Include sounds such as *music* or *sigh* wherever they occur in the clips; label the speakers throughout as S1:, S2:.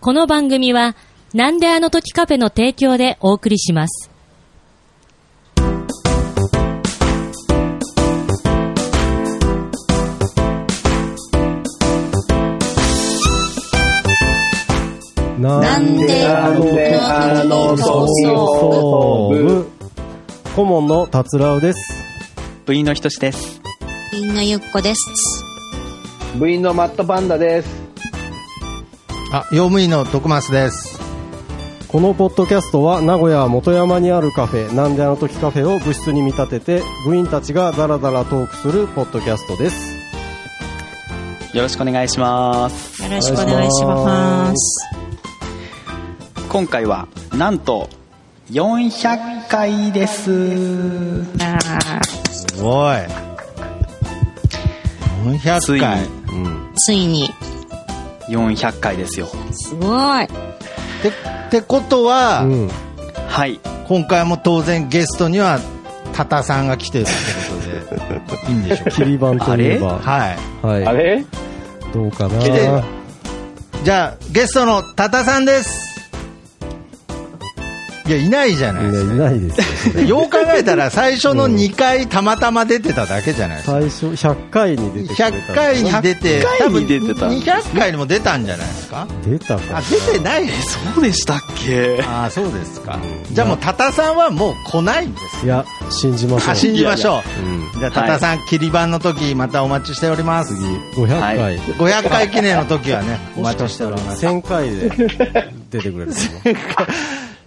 S1: この番組は、なんであの時カフェの提供でお送りします。
S2: なんであの時放送部顧問の達郎です。
S3: 部員のひとしです。
S4: みんなゆっこです。
S5: 部員のマットパンダです。
S6: あ、用務員の徳松です。
S2: このポッドキャストは名古屋元山にあるカフェ、なんであの時カフェを部室に見立てて、部員たちがダラダラトークするポッドキャストです。
S3: よろしくお願いします。
S4: よろしくお願いします。
S3: 今回は、なんと、400回です。
S4: あ
S6: すごい。
S3: つ
S6: 400
S3: いに
S6: 回。
S4: ーついに。
S3: 400回ですよ。
S4: すごい。
S6: て、ってことは、
S2: うん。
S3: はい。
S6: 今回も当然ゲストには、タタさんが来てるってことで、いいんでしょう
S2: 切り板といえば、
S6: か。はい。
S2: はい。
S5: あれ
S2: どうかな
S6: 来てじゃあ、ゲストのタタさんです。いや、いないじゃない
S2: い
S6: で
S2: や
S6: す
S2: い
S6: か。
S2: ないですよ。
S6: よう考えたら、最初の2回たまたま出てただけじゃないですか。
S2: 最初、100回に出てくれた。
S6: 100回に出て、
S3: 100回に出てたんですね
S6: 200回にも出たんじゃないですか
S2: 出た
S6: あ
S2: か。
S6: 出てないです
S3: そうでしたっけ
S6: ああそうですかじゃあもう多田さんはもう来ないんです
S2: いや、信じましょ
S6: あ
S2: う。
S6: 信じましょ
S2: うん。
S6: うじゃあ多田さん切り板の時またお待ちしております
S2: 次、500回。
S3: はい
S6: 500回記念の時はねお待ちしております
S2: 1000回で出てくれる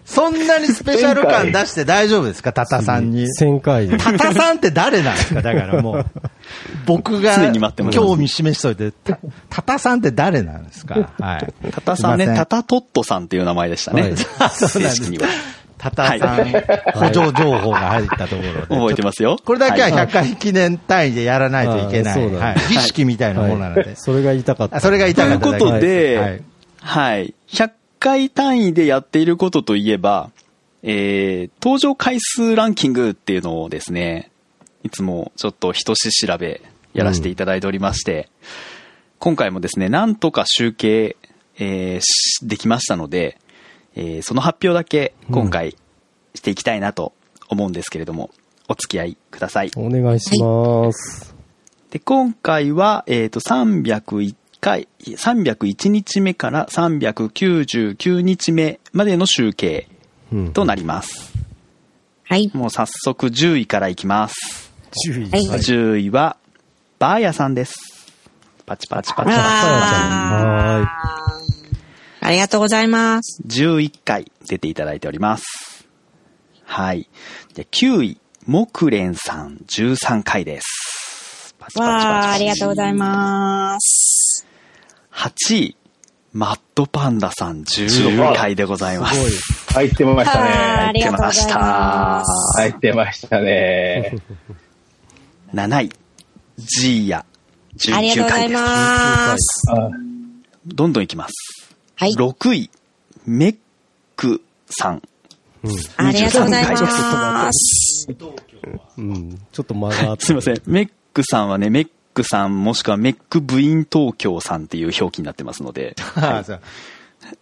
S6: そんなにスペシャル感出して大丈夫ですか多田さんに
S2: 1000回で。
S6: 多田さんって誰なんですかだから
S3: *laughs*
S6: もう僕が
S3: 常に待ってます
S6: 興味示しといてた多田さんって誰なんですかはい
S3: タタさんね、
S6: すいませ
S3: タタトットさんっていう名前でした
S2: は
S3: *laughs* ね。
S2: い
S6: そう
S3: 正
S6: なんです
S3: 式には。
S6: 多田さん補助情報が入ったところで
S3: 覚えてますよ。
S6: これだけはい100回記念単位でやらないといけな
S2: あー
S6: い。
S2: そう
S6: は
S2: だ
S6: い
S2: ね
S6: 儀式みたいなものなの
S2: は
S6: で
S2: い。それが言いたかった。
S6: あそれが言い
S3: と
S6: た
S3: い
S6: かっ
S3: う
S6: ただ
S3: こ
S6: け
S3: とで、
S6: は
S3: はいい、100回単位でやっていることといえば、えー、登場回数ランキングっていうのをですね、いつもちょっとひとし調べやらせていただいておりまして、今回もですね、なんとか集計、えーしできましたので、えーその発表だけ今回していきたいなと思うんですけれども、お付き合いください。
S2: お願いします。
S3: で、今回は、えっ、と、301回、301日目から399日目までの集計
S2: うん
S3: となります。
S4: はい。
S3: もう早速10位からいきます。
S2: 注意。
S4: はい。
S3: 10位は、バーヤさんです。パチパチパチ。
S4: あーありがとうございます。
S3: 11回出ていただいております。はい。で9位、木蓮さん13回です。パチパチパチパ
S4: わ
S3: チ
S4: あ、ありがとうございます。
S3: 8位、マッドパンダさん16回でございます。
S5: 入ってました
S4: あーあ
S5: ね。
S4: りがとうございます。
S5: 入ってましたね。
S3: 7位、ジーヤ
S4: ありがとうご
S3: 19
S4: ざ
S3: 回
S4: い
S3: です。
S4: ます。
S5: あ
S3: どんどんいきます。
S4: はい。
S3: 6位、メックさん。
S4: ありがとうござい
S3: 23回
S4: ます。
S2: うん。ちょっと間
S6: *laughs*
S2: があっ
S3: すいません。メックさんはね、メックさんもしくはメック部員東京さんっていう表記になってます
S4: *laughs*
S3: ので、
S6: あー *laughs* そう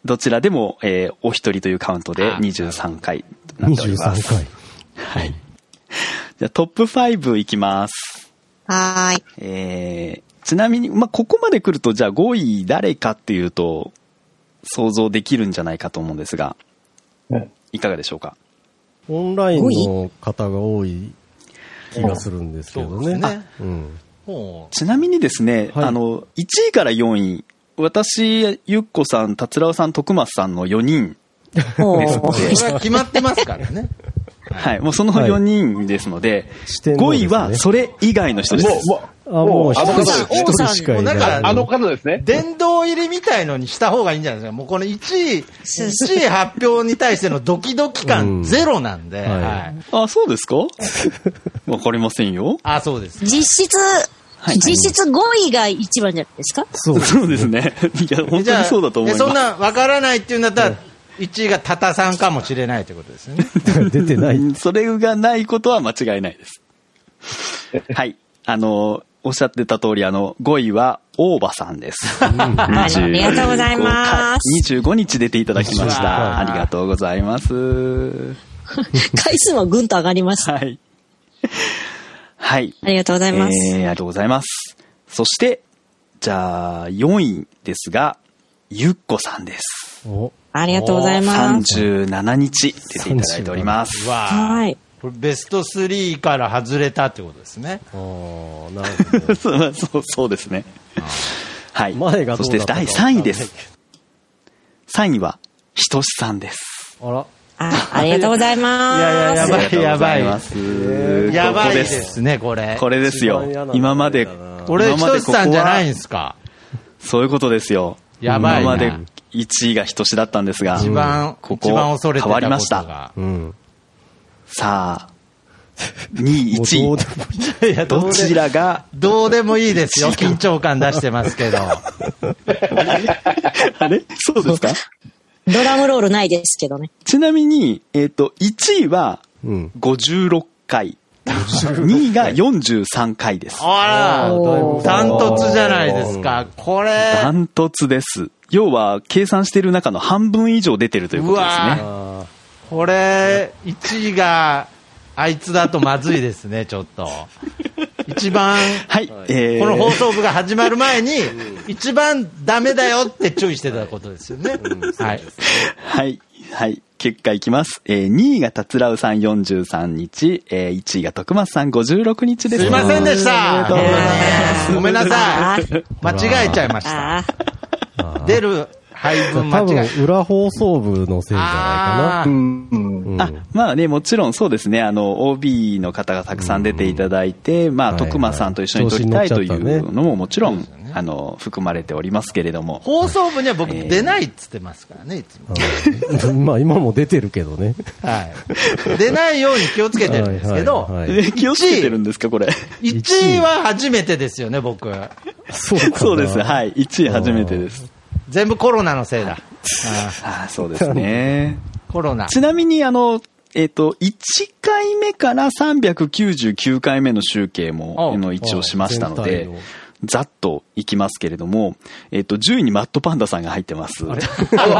S3: どちらでも、えーお一人というカウントで23回となっておりま
S2: 23
S3: す。
S2: 回。
S3: はい。じゃあトップ5いきます。
S4: はーい。
S3: えーちなみに、まあ、ここまで来ると、じゃあ5位誰かっていうと、想像できるんじゃないかと思うんですが、
S5: うん
S3: いかがでしょうか
S2: オンラインの方が多い気がするんですけど
S6: そうで
S2: ね
S6: すね。
S2: うん。
S6: も
S3: ちなみにですね、
S2: はい
S3: あの、1位から4位、私、ゆっこさん、達郎さん、徳松さんの4人、
S4: お
S6: う、
S4: ー
S6: それは決まってますから
S2: *laughs*
S6: ね。
S3: はい、もうその4人ですので、
S2: 四天王
S3: 5
S2: ですね
S3: 位はそれ以外の人です。
S2: あ、もう一
S5: あ
S2: 人
S5: の方で
S2: し
S5: す
S2: か一人しかいない。
S6: 王さん
S5: あの方ですね。
S6: 殿堂入りみたいのにした方がいいんじゃないですか。もうこの1位、1位発表に対してのドキドキ
S2: うん
S6: 感ゼロなんで。
S2: はい
S6: はい。
S3: あ、そうです
S2: *laughs*
S3: かわかりませんよ。
S6: あ、そうです。
S4: 実質、
S3: い
S4: 実質5位が一番じゃないですか
S2: そうです。
S3: そうですね。いや、本当にそうだと思
S6: じゃ
S3: います。
S6: あえそんなわからないっていうんだったら、1位が多田さんかもしれないということで
S2: *laughs*
S6: すよね。
S2: 出てな
S6: *laughs*
S3: う
S2: い。 *laughs*
S3: んそれがないことは間違いないです。はい。あの、おっしゃってた通り、あの、5位は大場さんです。
S4: ありがとうございます。
S3: 25日出ていただきまし
S5: わ
S3: た。
S5: あ
S3: ありがとうございます。
S7: 回数はぐんと上がりました。
S3: はい。はい。
S4: ありがとうございます。
S3: えーありがとうございます。そして、じゃあ、4位ですが、ゆっこさんです。
S2: お
S4: ありがとうございます。
S3: 37日出ていただいております。
S6: わ
S4: はい。
S6: これベスト3から外れたってことですね。
S2: あーなるほど。
S3: そうそうそうですね。はい。
S2: 前がど
S3: そうし
S2: だ
S3: て
S2: ったか
S3: 第3位です。3位は、ひとしさんです。
S2: あら、
S4: あありがとうございます。
S6: いやいややばい
S3: ありがとうござます
S6: やば
S3: ここ
S6: いで
S3: です。
S6: すね、これ。
S3: これです
S2: 一
S3: よ
S2: 番嫌な。の
S3: 今まで
S2: だな、
S6: 俺、
S3: 今
S6: ひ
S3: ま
S6: と
S3: で
S6: しさんじゃないん
S3: こ
S6: すか。
S3: こはそういうことですよ。
S6: やばいな
S3: 今まで1位がひとしだったんですが、
S6: 一番、
S3: ここ
S6: 一番恐れてたことが。
S3: 変わりました
S2: うん。
S3: さあ、2位、
S2: もう
S3: 1
S2: ど
S3: 位
S2: う、でも
S6: *laughs* いや
S3: どち
S6: *laughs*
S3: らが、
S6: どうでもいいです
S3: *laughs*
S6: よ。緊張感出してますけど。
S3: あれそうですか
S7: ドラムロールないですけどね。
S3: ちなみに、えっ、と、1位は
S2: うん
S3: 56回、2位が43回です。
S6: あ
S2: あだいぶ
S6: ら、ダントツじゃないですか。これ、
S3: ダントツです。要は、計算している中の半分以上出てるということです
S6: う
S3: ね。
S2: あ
S6: これ、1位が、あいつだとまずいですね、ちょっと。一番、
S3: はい。えー
S6: この放送部が始まる前に、一番ダメだよって注意してたことですよね。はい。
S3: はい。はい。結果いきます。えー、2位がたつらうさん43日、えー、1位が徳松さん56日です。
S6: すいませんでした。
S3: おめでとうございます
S6: えーごめんなさい。間違えちゃいました。
S4: あー
S6: 出る配
S2: ー
S6: 分間
S2: 多
S6: 違え。
S2: 分、裏放送部のせいじゃ
S6: あ
S5: う
S6: ー
S5: ん。
S2: ないかな。う
S3: あ
S2: ん、
S3: まあね、もちろんそうですね、あの、OB の方がたくさん出ていただいて、まあ、
S2: はいはい
S3: 徳間さんと一緒に撮りたいとい
S2: 調子に乗っちゃった
S3: う
S2: ね
S3: のももちろん、あの、含まれておりますけれども。
S6: 放送部には僕出ないっつってますからね、いつも。
S2: まあ今も出てるけどね。
S6: はい。出ないように気をつけてるんですけど、
S2: はいはい
S3: え気をつけてるんですか、これ。
S6: 1位は初めてですよね、僕。
S2: そうかな
S3: そうです、はい。1位初めてです。
S6: 全部コロナのせいだ。
S3: ああ、そうですね。
S6: コロナ。
S3: ちなみに、あの、えっ、と、1回目から399回目の集計も、
S6: お
S3: あの一応しましたので
S2: 全体を、
S3: ざっといきますけれども、えっ、と、10位にマットパンダさんが入ってます。 *laughs* お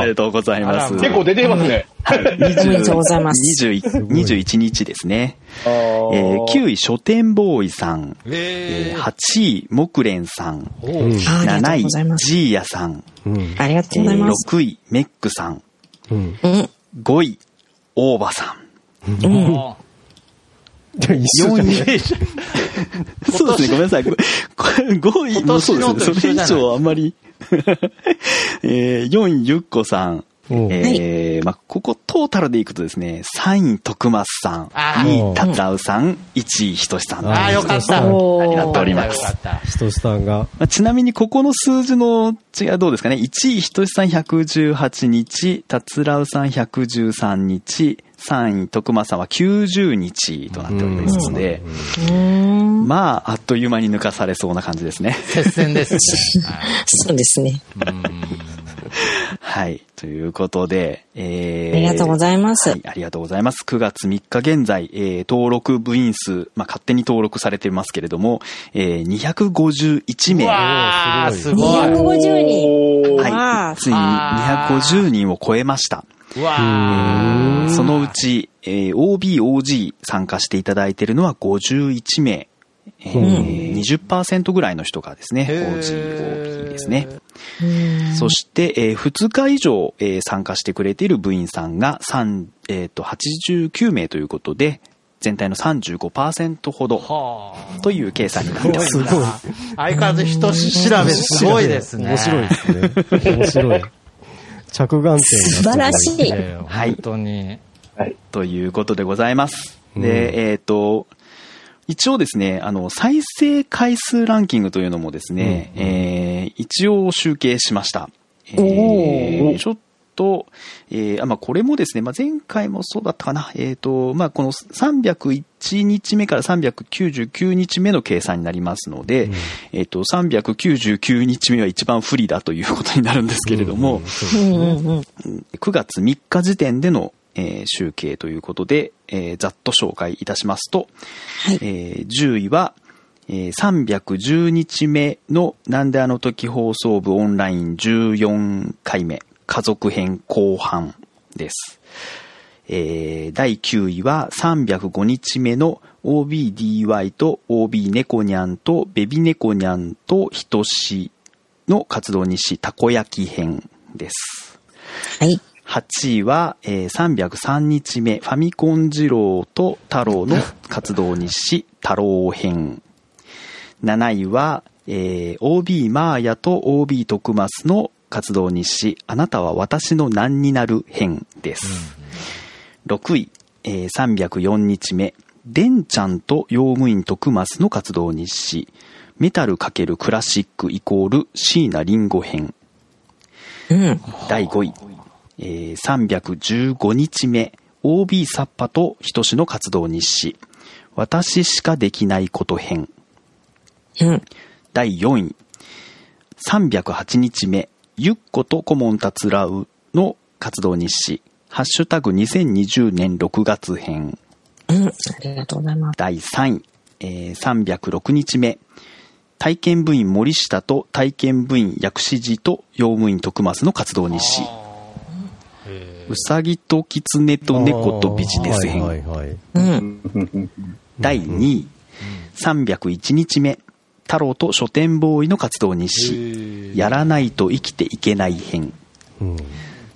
S3: めでとうございます。
S6: あら
S5: 結構出てますね。
S3: 20
S4: おめでとうございます
S3: 21 21日ですね。
S5: あー
S3: えー9位、書店ボーイさん。え
S6: え
S3: ー8位、木蓮さん。
S6: ー
S4: ありがとう
S3: 7位
S4: ございま、す。
S3: ジーヤさん。
S2: うん。
S4: ありがと
S3: え
S4: うござい
S3: ー
S4: ます。
S3: 6位、メックさん。
S2: うん。
S4: うん。
S3: 5位、大場さん。
S6: お
S2: じゃあ一緒じゃん
S3: そうですね、ごめんなさい。ここれ5位、
S6: 今年
S3: そう
S6: の
S3: ですね、それ以
S6: と一緒じゃない
S3: 上あんまり。 *laughs* えー4位、ゆっこさん。
S2: おう
S3: えーまあ、ここトータルでいくとですね、3位、徳松さん、
S6: あー
S3: 2位、たつあうさん、1位、ひとしさん。
S6: ああ、よかった。
S3: ありがとうござい
S6: よか
S3: ま
S6: っ
S3: す。
S6: た。
S2: ひとしさんが。
S3: まあちなみに、ここの数字の違いはどうですかね。1位、ひとしさん118日、たつらうさん113日、3位、徳間さんは90日となっておりますので、まあ、あっという間に抜かされそうな感じですね。 *laughs*
S6: 接戦ですね。はい
S7: そうですね。
S3: はい。ということで、えー
S4: ありがとうございます
S3: はい、ありがとうございます。9月3日現在、えー登録部員数、まあ、勝手に登録されてますけれども、えー251名。
S6: うわー、すごい。
S7: 250人。
S3: はい。ついに250人を超えました。
S6: うわ
S3: そのうち、えー OB、OG 参加していただいているのは51名。えー20%ぐらいの人がですね、
S6: へー
S3: OG、OB ですね。そして、え2日以上、えー参加してくれている部員さんが3、えー、と89名ということで、全体の35%ほ
S6: ー。
S3: ど
S6: はあ。
S3: という計算になってます。
S6: すごいな。相変わらず人調べすごいですね。
S2: 面白いですね。面白い。着眼点が
S7: 素晴らし
S2: い。
S7: い。
S6: いやいや
S3: はい
S6: 本当に。
S5: はい。
S3: ということでございます。で、えっ、と、一応ですね、あの、再生回数ランキングというのもですね、えー一応集計しました。えーちょっと、えーあまあ、これもですね、まあ、前回もそうだったかな、えっ、と、まあ、この301日目から399日目の計算になりますので、えっ、と、399日目は一番不利だということになるんですけれども、9月3日時点での、えー集計ということで、えーざっと紹介いたしますと、えー10位は、えー310日目のなんであの時放送部オンライン14回目家族編後半です。えー第9位は305日目の OBDY と OB 猫ニャンとベビ猫ニャンとひとしの活動日誌たこ焼き編です。
S7: はい。
S3: 8位は、えー303日目、ファミコン二郎と太郎の活動日誌、太郎編。7位は、えー OB マーヤと OB 徳マスの活動日誌、あなたは私の何になる編です。6位、えー304日目、デンちゃんと用務員徳マスの活動日誌、メタル×クラシックイコール椎名林檎編。
S7: うん。
S3: 第5位、えー315日目 OB サッパと人志の活動日誌私しかできないこと編
S7: うん。
S3: 第4位308日目ゆっこと顧問たつらうの活動日誌ハッシュタグ2020年6月編
S7: うん。ありがとうございます。
S3: 第3位、えー306日目体験部員森下と体験部員薬師寺と用務員徳増の活動日誌うさぎと狐と猫とビジネス編、
S2: はいはいはい。
S7: うん。
S3: 第2位、301日目太郎と書店ボーイの活動日誌やらないと生きていけない編
S2: うん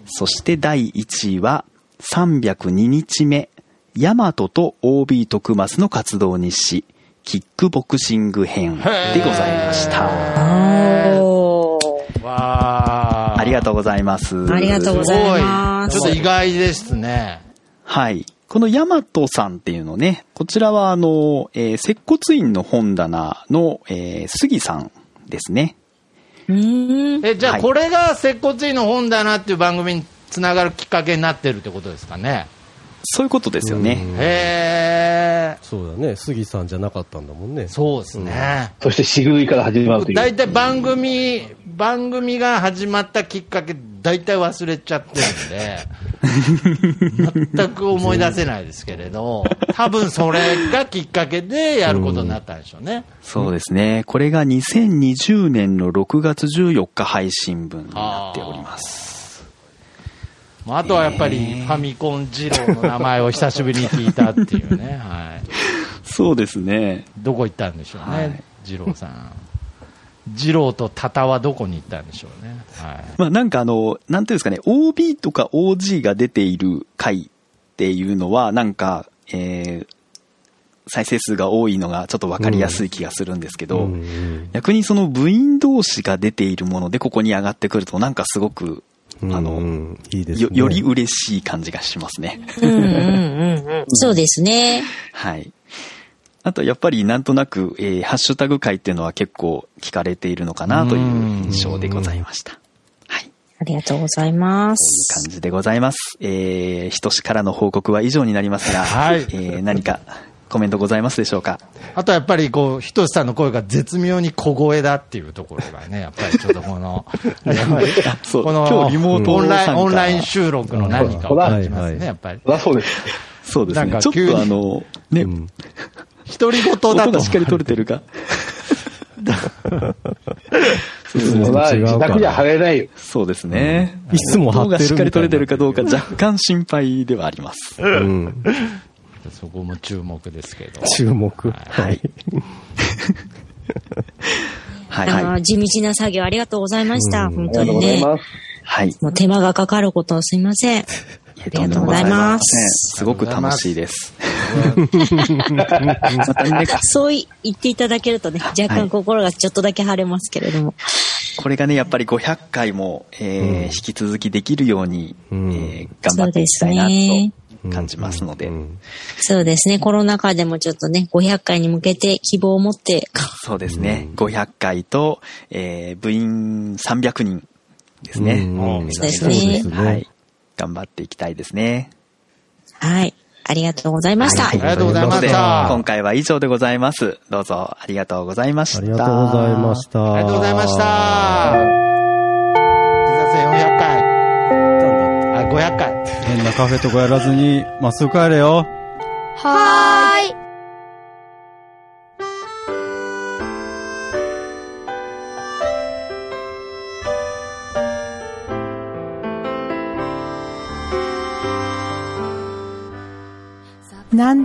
S3: そして第1位は302日目ヤマトと OB 徳増の活動日誌キックボクシング編でございました
S7: お
S6: わー
S3: ありがとうございます
S7: ー。ありがとうご
S3: す
S7: ざいま
S6: す
S7: す。
S6: ごいちょっと意外ですね。
S3: はいこのヤマトさんっていうのねこちらはあの、えー接骨院の本棚の、えー杉さんですね
S7: うん。
S6: え、じゃ
S3: は
S6: あ
S3: い
S6: これが接骨院の本だなっていう番組につながるきっかけになってるってことですかね。
S3: そういうことですよね。
S6: へえ。
S2: そうだね。杉さんじゃなかったんだもんね。
S6: そうですね。
S5: そして、しぐいから始まるという。
S6: 大体番組、番組が始まったきっかけ、大体忘れちゃってる
S3: *laughs*
S6: んで、全く思い出せないですけれど、多分それがきっかけでやることになったんでしょうね。
S3: そうですね。これが2020年の6月14日配信分になっております。
S6: まあ、あとはやっぱりファミコン二郎の名前を久しぶりに聞いたっていう
S3: *laughs*
S6: ね、はい、
S3: そうですね。
S6: どこ行ったんでしょうね、
S3: はい
S6: 二郎さん。二郎とタタはどこに行ったんでしょうね。はい、
S3: まあなんかあの、なんていうんですかね、OB とか OG が出ている回っていうのは、なんか、えー再生数が多いのがちょっとわかりやすい気がするんですけど、
S2: うんうん
S3: 逆にその部員同士が出ているものでここに上がってくると、なんかすごく、あの、
S2: うんいいです
S3: よ
S2: ね。
S3: より嬉しい感じがしますね。 *laughs*
S7: うんうんうんうん。そうですね。
S3: はい。あと、やっぱりなんとなく、えーハッシュタグ回っていうのは結構聞かれているのかなという印象でございました。はい。こ
S7: ありがとうございま
S3: ういう
S7: す。
S3: 感じでございます。えー、ひとしからの報告は以上になりますが、
S6: はい
S3: えー何かコメントございますでしょうか
S6: あとはやっぱりこう、ひとしさんの声が絶妙に小声だっていうところがね、やっぱりちょっとこ
S3: *laughs*
S6: の、やっぱり
S3: そう
S6: この
S3: 今日リモート
S6: オンライ
S3: 参
S6: ン
S3: 加
S6: オンライン収録の何かを感じますね、やっぱり。
S5: そりゃそうです。
S3: そうです
S6: な
S3: ね。
S6: ん
S3: ち
S6: か
S3: ょっ
S6: 急に
S3: とあの、ね、
S6: 独り言だと
S3: 音がしっかり取れてるか。
S2: 違う
S5: そら
S2: から
S5: 自宅じゃ貼れないよ。
S3: そうですね。
S2: いつも張
S3: 音
S2: ってるみたいな
S3: がしっかり取れてるかどうか若干心配ではあります。
S2: うん
S6: そこも注目ですけど。
S2: 注目。
S3: はい。はい。
S7: あ
S3: は
S7: の
S3: い。
S7: 地道な作業ありがとうございました。本
S5: あ
S7: 当
S5: りがとう
S7: に
S5: ござい
S7: ね。
S5: ます。
S3: はい。
S7: もう手間がかかることすいま *laughs* せん。ありがとうございます。
S3: すごく楽しいです。 *laughs*
S7: そう言っていただけるとね、若
S3: はい
S7: 干心がちょっとだけ晴れますけれども。
S3: これがね、やっぱり500回も、えー引き続きできるように、
S2: うん
S3: えー頑張っていきたい
S7: そうですね
S3: なと感じますので、
S2: うん
S7: そうですね、コロナ禍でもちょっとね、500回に向けて希望を持って、
S3: そうですね、500回と、えー部員300人ですね。
S2: うん
S3: 目指
S7: そうで
S3: し
S7: す
S3: て
S7: ね
S3: はい。頑張っていきたいですね。
S7: はい、ありがとうございました。
S3: はい
S6: ありがとうございまし
S3: ということで
S6: た。
S3: 今回は以上でございます。どうぞありがとうございました。
S2: ありがとうございまし。た。
S6: ありがとうございました。目指せ400回。あ、500回。
S8: 変なカフェとかやらずに、まっすぐ帰れよ。
S9: はーい。なん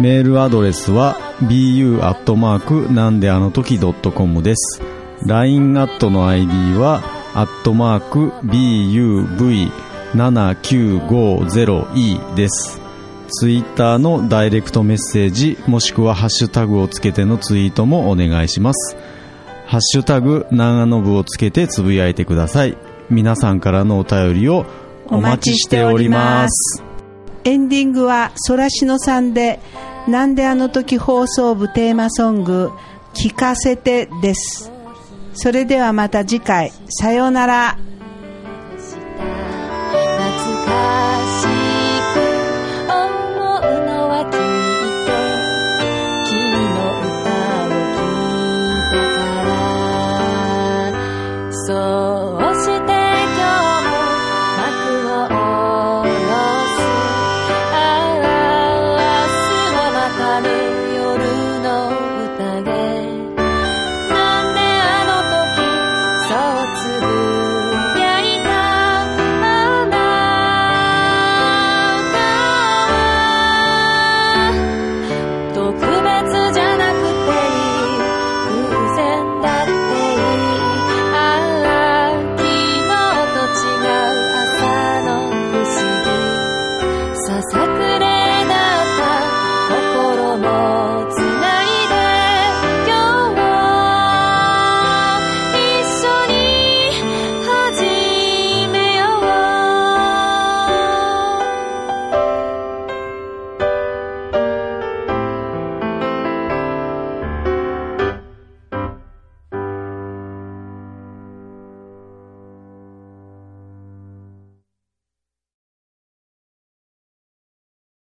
S8: メールアドレスは bu アットマークなんであの時ドットコムです。LINE アットの ID はアットマーク buv7950e です。ツイッターのダイレクトメッセージもしくはハッシュタグをつけてのツイートもお願いします。ハッシュタグ長野部をつけてつぶやいてください。皆さんからのお便りをお待ちしております。
S9: エンディングはソラシノさんで「なんであの時放送部テーマソング「聞かせて」ですそれではまた次回さようなら